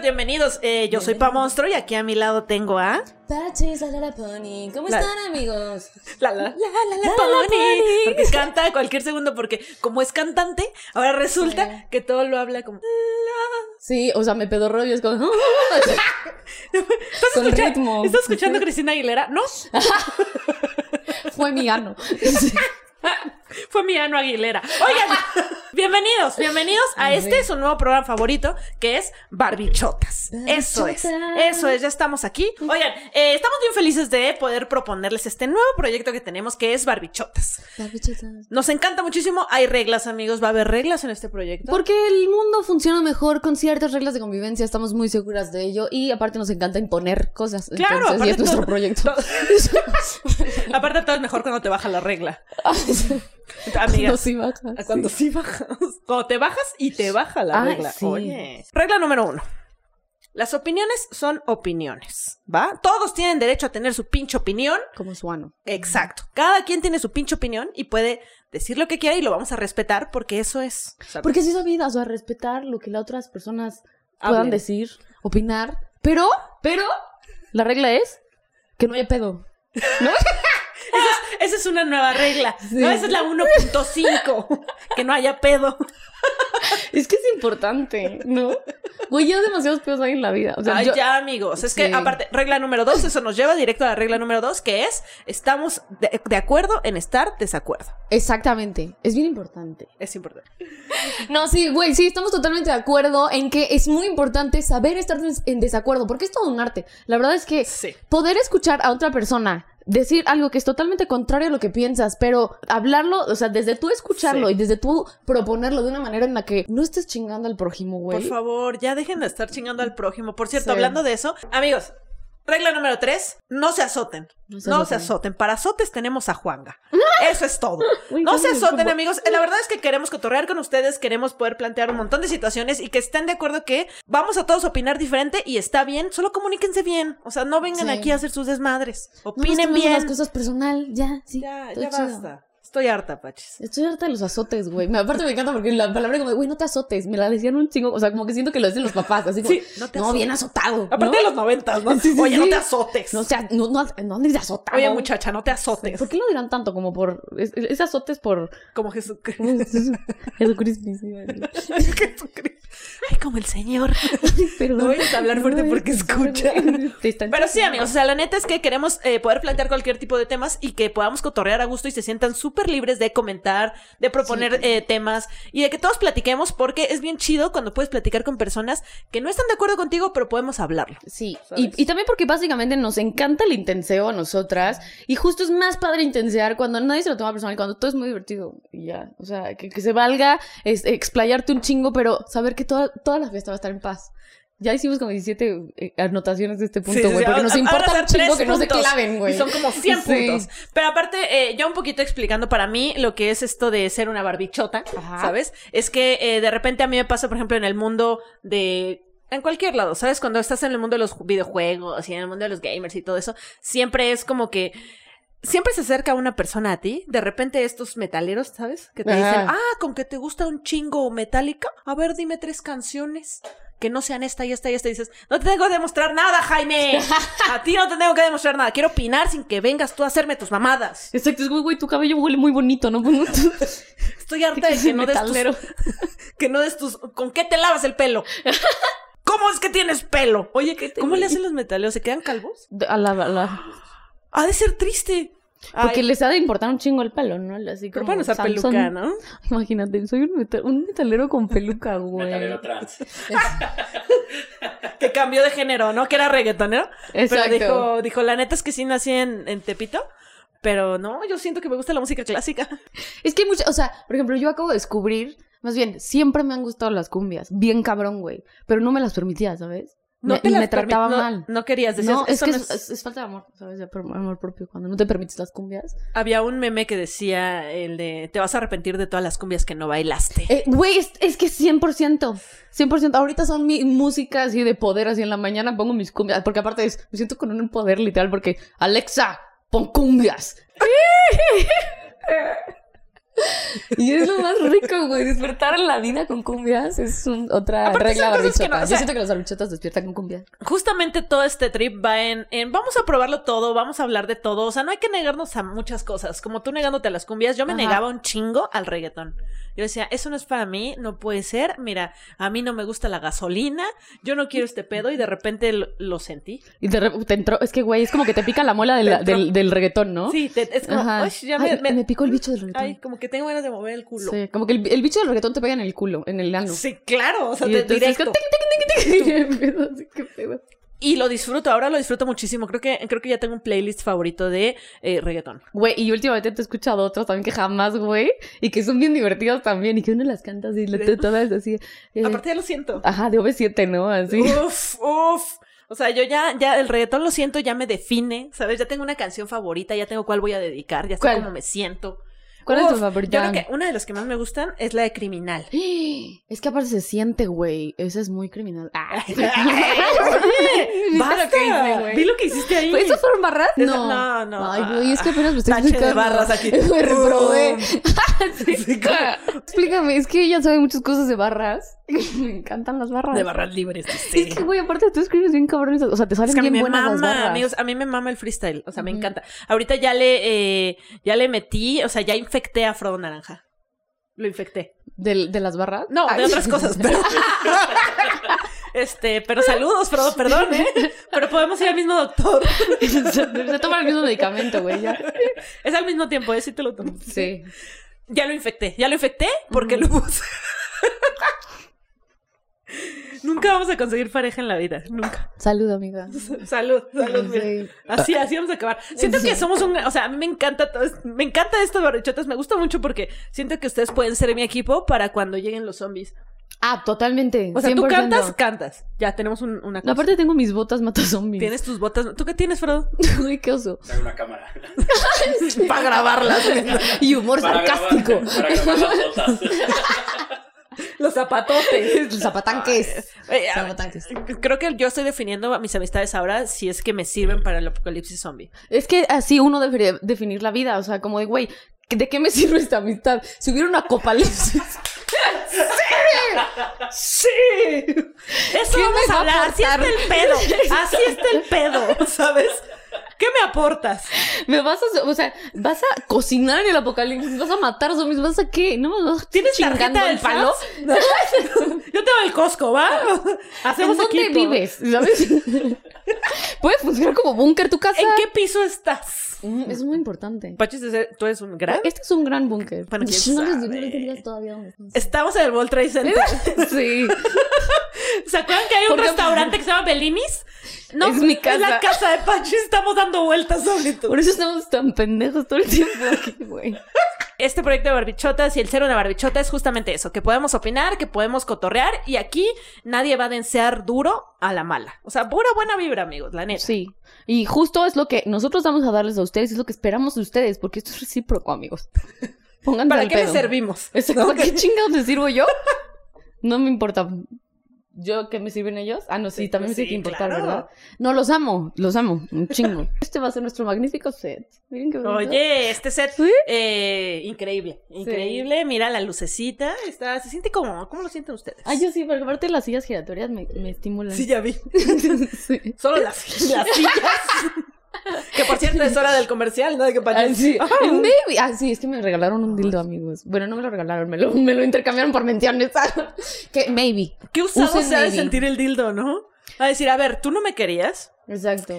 Bienvenidos, eh, yo soy Pa Monstruo y aquí a mi lado tengo a... Parches, la Lara Pony. ¿Cómo La- están, amigos? La la la la, la, Pony. Porque canta a cualquier segundo, porque como es cantante, ahora resulta Sí. que todo lo habla como... Sí, o sea, me pedo rollos con. ¿Estás, Con escucha- ritmo. ¿Estás escuchando a Cristina Aguilera? No, Fue mi ano. fue mi ano Aguilera. Oigan, bienvenidos, bienvenidos a A este ver. su nuevo programa favorito, que es Barbichotas. Eso es, Barbichotas. eso es, ya estamos aquí. Oigan, eh, estamos bien felices de poder proponerles este nuevo proyecto que tenemos, que es Barbichotas. Nos encanta muchísimo. Hay reglas, amigos. Va a haber reglas en este proyecto. Porque el mundo funciona mejor con ciertas reglas de convivencia, estamos muy seguras de ello y aparte nos encanta imponer cosas. Claro, Entonces, y aparte es nuestro todo- proyecto. Aparte, todo es mejor cuando te baja la regla. Amigas. no, sí, baja. a Cuando sí bajas. Cuando te bajas y te baja la Ay, regla. sí. Oye. Regla número uno. Las opiniones son opiniones, ¿va? Todos tienen derecho a tener su pinche opinión. Como su ano. Exacto. Cada quien tiene su pinche opinión y puede decir lo que quiera y lo vamos a respetar porque eso es. ¿sabes? Porque si es vida, o sea, respetar lo que las otras personas puedan Hablen. decir, opinar. Pero, pero, la regla es que no haya pedo. Esa es una nueva regla. Sí. No, esa es la 1.5. que no haya pedo. Es que es importante, ¿no? Güey, ya demasiados pedos hay en la vida. O sea, Ay, yo- ya, amigos. Es que, Sí. aparte, regla número dos, eso nos lleva directo a la regla número dos, que es, estamos de, de acuerdo en estar desacuerdo. Exactamente, es bien importante. Es importante. No, sí, güey, sí, estamos totalmente de acuerdo en que es muy importante saber estar des- en desacuerdo, porque es todo un arte. La verdad es que Sí. poder escuchar a otra persona decir algo que es totalmente contrario a lo que piensas, pero hablarlo, o sea, desde tú escucharlo Sí. y desde tú proponerlo de una manera en la que no estés chingando al prójimo, Por güey. favor, ya dejen de estar chingando al prójimo. Por cierto, Sí. hablando de eso, amigos, regla número tres, no se azoten. No No se, se azoten. azoten. Para azotes tenemos a Juanga. Eso es todo. Uy, No se cómo- azoten, cómo- amigos. Eh, La verdad es que queremos cotorrear con ustedes, queremos poder plantear un montón de situaciones y que estén de acuerdo que vamos a todos opinar diferente y está bien. Solo comuníquense bien. O sea, no vengan Sí. aquí a hacer sus desmadres. No nos Opinen tomemos bien. las cosas personal, ya, sí. Ya, todo ya chido. basta. Estoy harta, Paches. Estoy harta de los azotes, güey. Me- Aparte me encanta porque la palabra como, de, güey, no te azotes. Me la decían un chingo. O sea, como que siento que lo dicen los papás. Así como, Sí, no no, te azotes". bien azotado. ¿no? Aparte de los noventas, ¿no? Sí, sí, Oye, no sí. te azotes. No, o sea, no, no, no andes de azotado. Oye, muchacha, no te azotes. ¿Por qué lo dirán tanto? Como por... Es, es azotes por... Como Jesucristo. Jesucristo. sí, iba a decir. Jesucristo. Ay, como el Señor. Ay, perdón. No vayas a hablar fuerte No, porque es- escucha. Te están Pero sí, amigos, o sea, la neta es que queremos eh, poder plantear cualquier tipo de temas y que podamos cotorrear a gusto y se sientan súper libres de comentar, de proponer eh, temas y de que todos platiquemos porque es bien chido cuando puedes platicar con personas que no están de acuerdo contigo, pero podemos hablarlo. Sí, ¿Sabes? y, y también porque básicamente nos encanta el intenseo a nosotras y justo es más padre intensear cuando nadie se lo toma personal, cuando todo es muy divertido y ya, o sea, que, que se valga es, explayarte un chingo, pero saber que toda, toda la fiesta va a estar en paz. Ya hicimos como 17 eh, anotaciones de este punto, Sí, sí, sí. güey, porque nos Ahora importa son un chingo tres que no se puntos. claven, güey. Y son como 100 Sí. puntos. Pero aparte, eh, ya un poquito explicando para mí lo que es esto de ser una barbichota, Ajá. ¿sabes? Es que eh, de repente a mí me pasa, por ejemplo, en el mundo de... En cualquier lado, ¿sabes? Cuando estás en el mundo de los videojuegos y en el mundo de los gamers y todo eso, siempre es como que... Siempre se acerca una persona a ti, de repente estos metaleros, ¿sabes? Que te dicen, Ajá. ah, con que te gusta un chingo metálica, a ver, dime tres canciones que no sean esta y esta y esta. Y dices, no te tengo que demostrar nada, Jaime. A ti no te tengo que demostrar nada. Quiero opinar sin que vengas tú a hacerme tus mamadas. Exacto, es como, güey, tu cabello huele muy bonito, ¿no? Como tú- Estoy harta de que no des tus... Metalero. Que no des tus... ¿Con qué te lavas el pelo? ¿Cómo es que tienes pelo? Oye, ¿cómo le hacen los metaleros? ¿Se quedan calvos? A la, a la- Ha de ser triste. Porque Ay, les ha de importar un chingo el pelo, ¿no? Así Pero como bueno, esa Samson. peluca, ¿no? Imagínate, soy un, meta- un metalero con peluca, güey. Pues, Metalero trans. Que cambió de género, ¿no? Que era reggaetonero. Exacto. Pero dijo, dijo, la neta es que sí nací en, en Tepito. Pero no, yo siento que me gusta la música clásica. Es que hay mucha, o sea, por ejemplo, yo acabo de descubrir, más bien, siempre me han gustado las cumbias, bien cabrón, güey, pero no me las permitía, ¿sabes? No me, te y las me trataba permi- no- mal. No, querías decir no, es que es, es- es falta de amor, ¿sabes? De per- amor propio, cuando no te permites las cumbias. Había un meme que decía el de te vas a arrepentir de todas las cumbias que no bailaste. Eh, Güey, es, es que 100%, 100%. Ahorita son mi música así de poder, así en la mañana pongo mis cumbias, porque aparte es, me siento con un poder literal, porque Alexa, pon cumbias. Y es lo más rico, güey. Despertar en la vida con cumbias es un- otra Aparte regla son cosas que barbichota. no- o sea- Yo siento que los barbichotas despiertan con cumbias. Justamente todo este trip va en, en vamos a probarlo todo, vamos a hablar de todo. O sea, no hay que negarnos a muchas cosas. Como tú negándote a las cumbias, yo me Ajá. negaba un chingo al reggaetón. Yo decía, eso no es para mí, no puede ser. Mira, a mí no me gusta la gasolina, yo no quiero este pedo y de repente lo, lo sentí. Y te, re- te entró, es que, güey, es como que te pica la mola de la- Te entró. del, del reggaetón, ¿no? Sí, te- es como, Ajá. "Uy, ya me, Ay, me- me picó el bicho del reggaetón. ay, como que tengo ganas de mover el culo. Sí, Sí, como que el, el bicho del reggaetón te pega en el culo, en el ano. claro, o sea, Y te- entonces es directo. que tic, tic, tic, tic, Qué pedo, sí, qué pedo. Y lo disfruto, ahora lo disfruto muchísimo. Creo que, creo que ya tengo un playlist favorito de eh, reggaetón. Güey, y últimamente te he escuchado otros también que jamás, güey, y que son bien divertidos también, y que uno las canta así, la Sí. todas así. eh, Aparte ya lo siento. Ajá, de OV7, ¿no? Así. Uf, uf. O sea, yo ya, ya, el reggaetón lo siento, ya me define, ¿sabes? Ya tengo una canción favorita, ya tengo cuál voy a dedicar, ya sé ¿Cuál? cómo me siento. ¿Cuál es tu Uf, favorita? Yo creo que una de las que más me gustan es la de Criminal. Es que aparte se siente, güey. Ese es muy criminal. Ah. ¿Viste ¡Basta! lo que hice, güey? Vi lo que hiciste ahí. ¿Esas fueron barras? Esa- Pues No. no, no. Ay, güey, es que apenas me estoy Tache de explicando. barras aquí. Me reprobé. Um. eh. Sí. Sí, como- Explícame, es que ella sabe muchas cosas de barras. me encantan las barras. De barras libres. sí. Es que, güey, aparte tú escribes bien cabrones. O sea, te salen Es que a mí bien me buenas las mama, barras. amigos, a mí me mama el freestyle, o sea, me Ujú. encanta. Ahorita ya le, eh, ya le metí, o sea, ya infecté a Frodo Naranja. Lo infecté. ¿De, de las barras? No, de Ay. otras cosas, pero. este, pero saludos, Frodo, perdón, ¿eh? Pero podemos ir al mismo doctor. se, se toman el mismo medicamento, güey. ya. Es al mismo tiempo, ¿eh? Si te lo tomo. Sí. Ya lo infecté, ya lo infecté porque lo puse. Nunca vamos a conseguir pareja en la vida, nunca. Salud, amiga. Salud, salud, mira. Sí. Así, así vamos a acabar. Siento que somos un, o sea, a mí me encanta todo, es- me encanta estos barrichotas, me gusta mucho porque siento que ustedes pueden ser mi equipo para cuando lleguen los zombies. Ah, totalmente. O sea, tú 100%. cantas, cantas. Ya tenemos un- una No, cosa. aparte tengo mis botas matazombies. Tienes tus botas. ¿Tú qué tienes, Frodo? Uy, qué oso. Trae una cámara. para grabarlas. Y humor Para grabar- sarcástico. para grabar las botas. Los zapatotes. Los zapatanques. Oye, Ah, a- Zapatanques. Eh, Creo que yo estoy definiendo a mis amistades ahora si es que me sirven para el apocalipsis zombie. Es que así uno debería definir la vida. O sea, como de, güey, ¿de qué me sirve esta amistad? Si hubiera una copalipsis. ¡Sí! Eso ¿Qué vamos me va a a hablar. Así está aportar? el pedo. Así está el pedo, ¿sabes? ¿Qué me aportas? Me vas a, o sea, vas a cocinar en el apocalipsis, vas a matar zombies, vas a qué? No me vas a ¿Tienes tarjeta del el palo. Sams? No. Yo te voy al Costco, ¿va? ¿En Hacemos dónde equipo. vives? ¿Sabes? Puede funcionar como búnker tu casa. ¿En qué piso estás? Mm, Es muy importante. Pachis, tú eres un gran. Este es un gran búnker. Bueno, quién no les- no sabe. les dirías todavía dónde estamos. Estamos en el World Trade Center. Sí. ¿Eh? ¿Se acuerdan que hay un Porque- restaurante que se llama Bellini's? No, Es mi Es la casa. casa de Pachi. Estamos dando vueltas Por solitos. eso estamos tan pendejos todo el tiempo aquí, güey. Este proyecto de barbichotas y el cero de barbichota es justamente eso, que podemos opinar, que podemos cotorrear y aquí nadie va a densear duro a la mala. O sea, pura buena vibra, amigos, la neta. Sí. Y justo es lo que nosotros vamos a darles a ustedes, es lo que esperamos de ustedes, porque esto es recíproco, amigos. Pónganse ¿Para al qué les pedo. servimos? Exacto, ¿No? Pues, ¿Qué chingados les sirvo yo? No me importa. ¿Yo qué me sirven ellos? Ah, no, sí, Sí, también me sí, tiene que importar, claro. ¿verdad? No, los amo, los amo, un chingo. Este va a ser nuestro magnífico set. Miren qué bonito. Oye, este set Sí. eh, increíble, increíble. Mira la lucecita, está, se siente como, ¿cómo lo sienten ustedes? Ah, yo sí, porque aparte las sillas giratorias me, me estimulan. sí ya vi. sí. Solo las, las sillas. que por cierto es hora del comercial, ¿no? De que Ah, Pachi- sí. Ajá. Un baby. Ah, sí, es que me regalaron un dildo, amigos. Bueno, no me lo regalaron, me lo, me lo intercambiaron por menciones. que maybe. Qué usado Usen se ha de maybe. sentir el dildo, ¿no? A decir, a ver, tú no me querías. Exacto.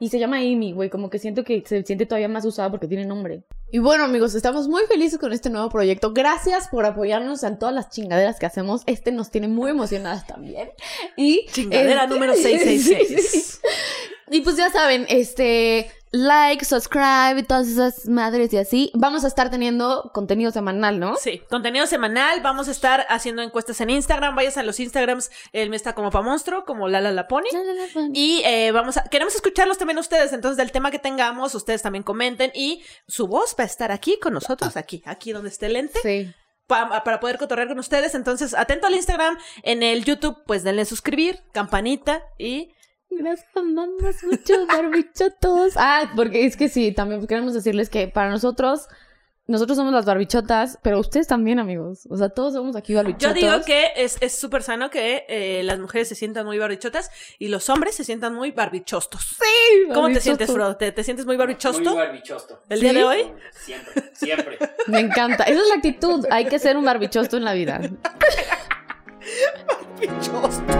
Y se llama Amy, güey, como que siento que se siente todavía más usada porque tiene nombre. Y bueno, amigos, estamos muy felices con este nuevo proyecto. Gracias por apoyarnos en todas las chingaderas que hacemos. Este nos tiene muy emocionadas también. Y Chingadera este- número 666. Y pues ya saben, este, like, subscribe, todas esas madres y así. Vamos a estar teniendo contenido semanal, ¿no? Sí, contenido semanal. Vamos a estar haciendo encuestas en Instagram. Vayas a los Instagrams. El me está como pa monstruo, como la la la pone. Y eh, vamos a, queremos escucharlos también a ustedes. Entonces, del tema que tengamos, ustedes también comenten y su voz va a estar aquí con nosotros, aquí, aquí donde esté el lente, Sí. pa- para poder cotorrear con ustedes. Entonces, atento al Instagram, en el YouTube, pues denle suscribir, campanita y Las amamos mucho, barbichotos. Ah, porque es que sí, también queremos decirles que para nosotros nosotros somos las barbichotas, pero ustedes también, amigos. O sea, todos somos aquí Yo barbichotas. digo que es es súper sano que eh, las mujeres se sientan muy barbichotas y los hombres se sientan muy barbichostos. ¿Cómo te Barbichotos. sientes, Frodo? ¿Te, te sientes muy barbichosto Muy barbichosto. el día ¿Sí? de hoy? Siempre, siempre. Me encanta. Esa es la actitud. Hay que ser un barbichosto en la vida. Barbichosto.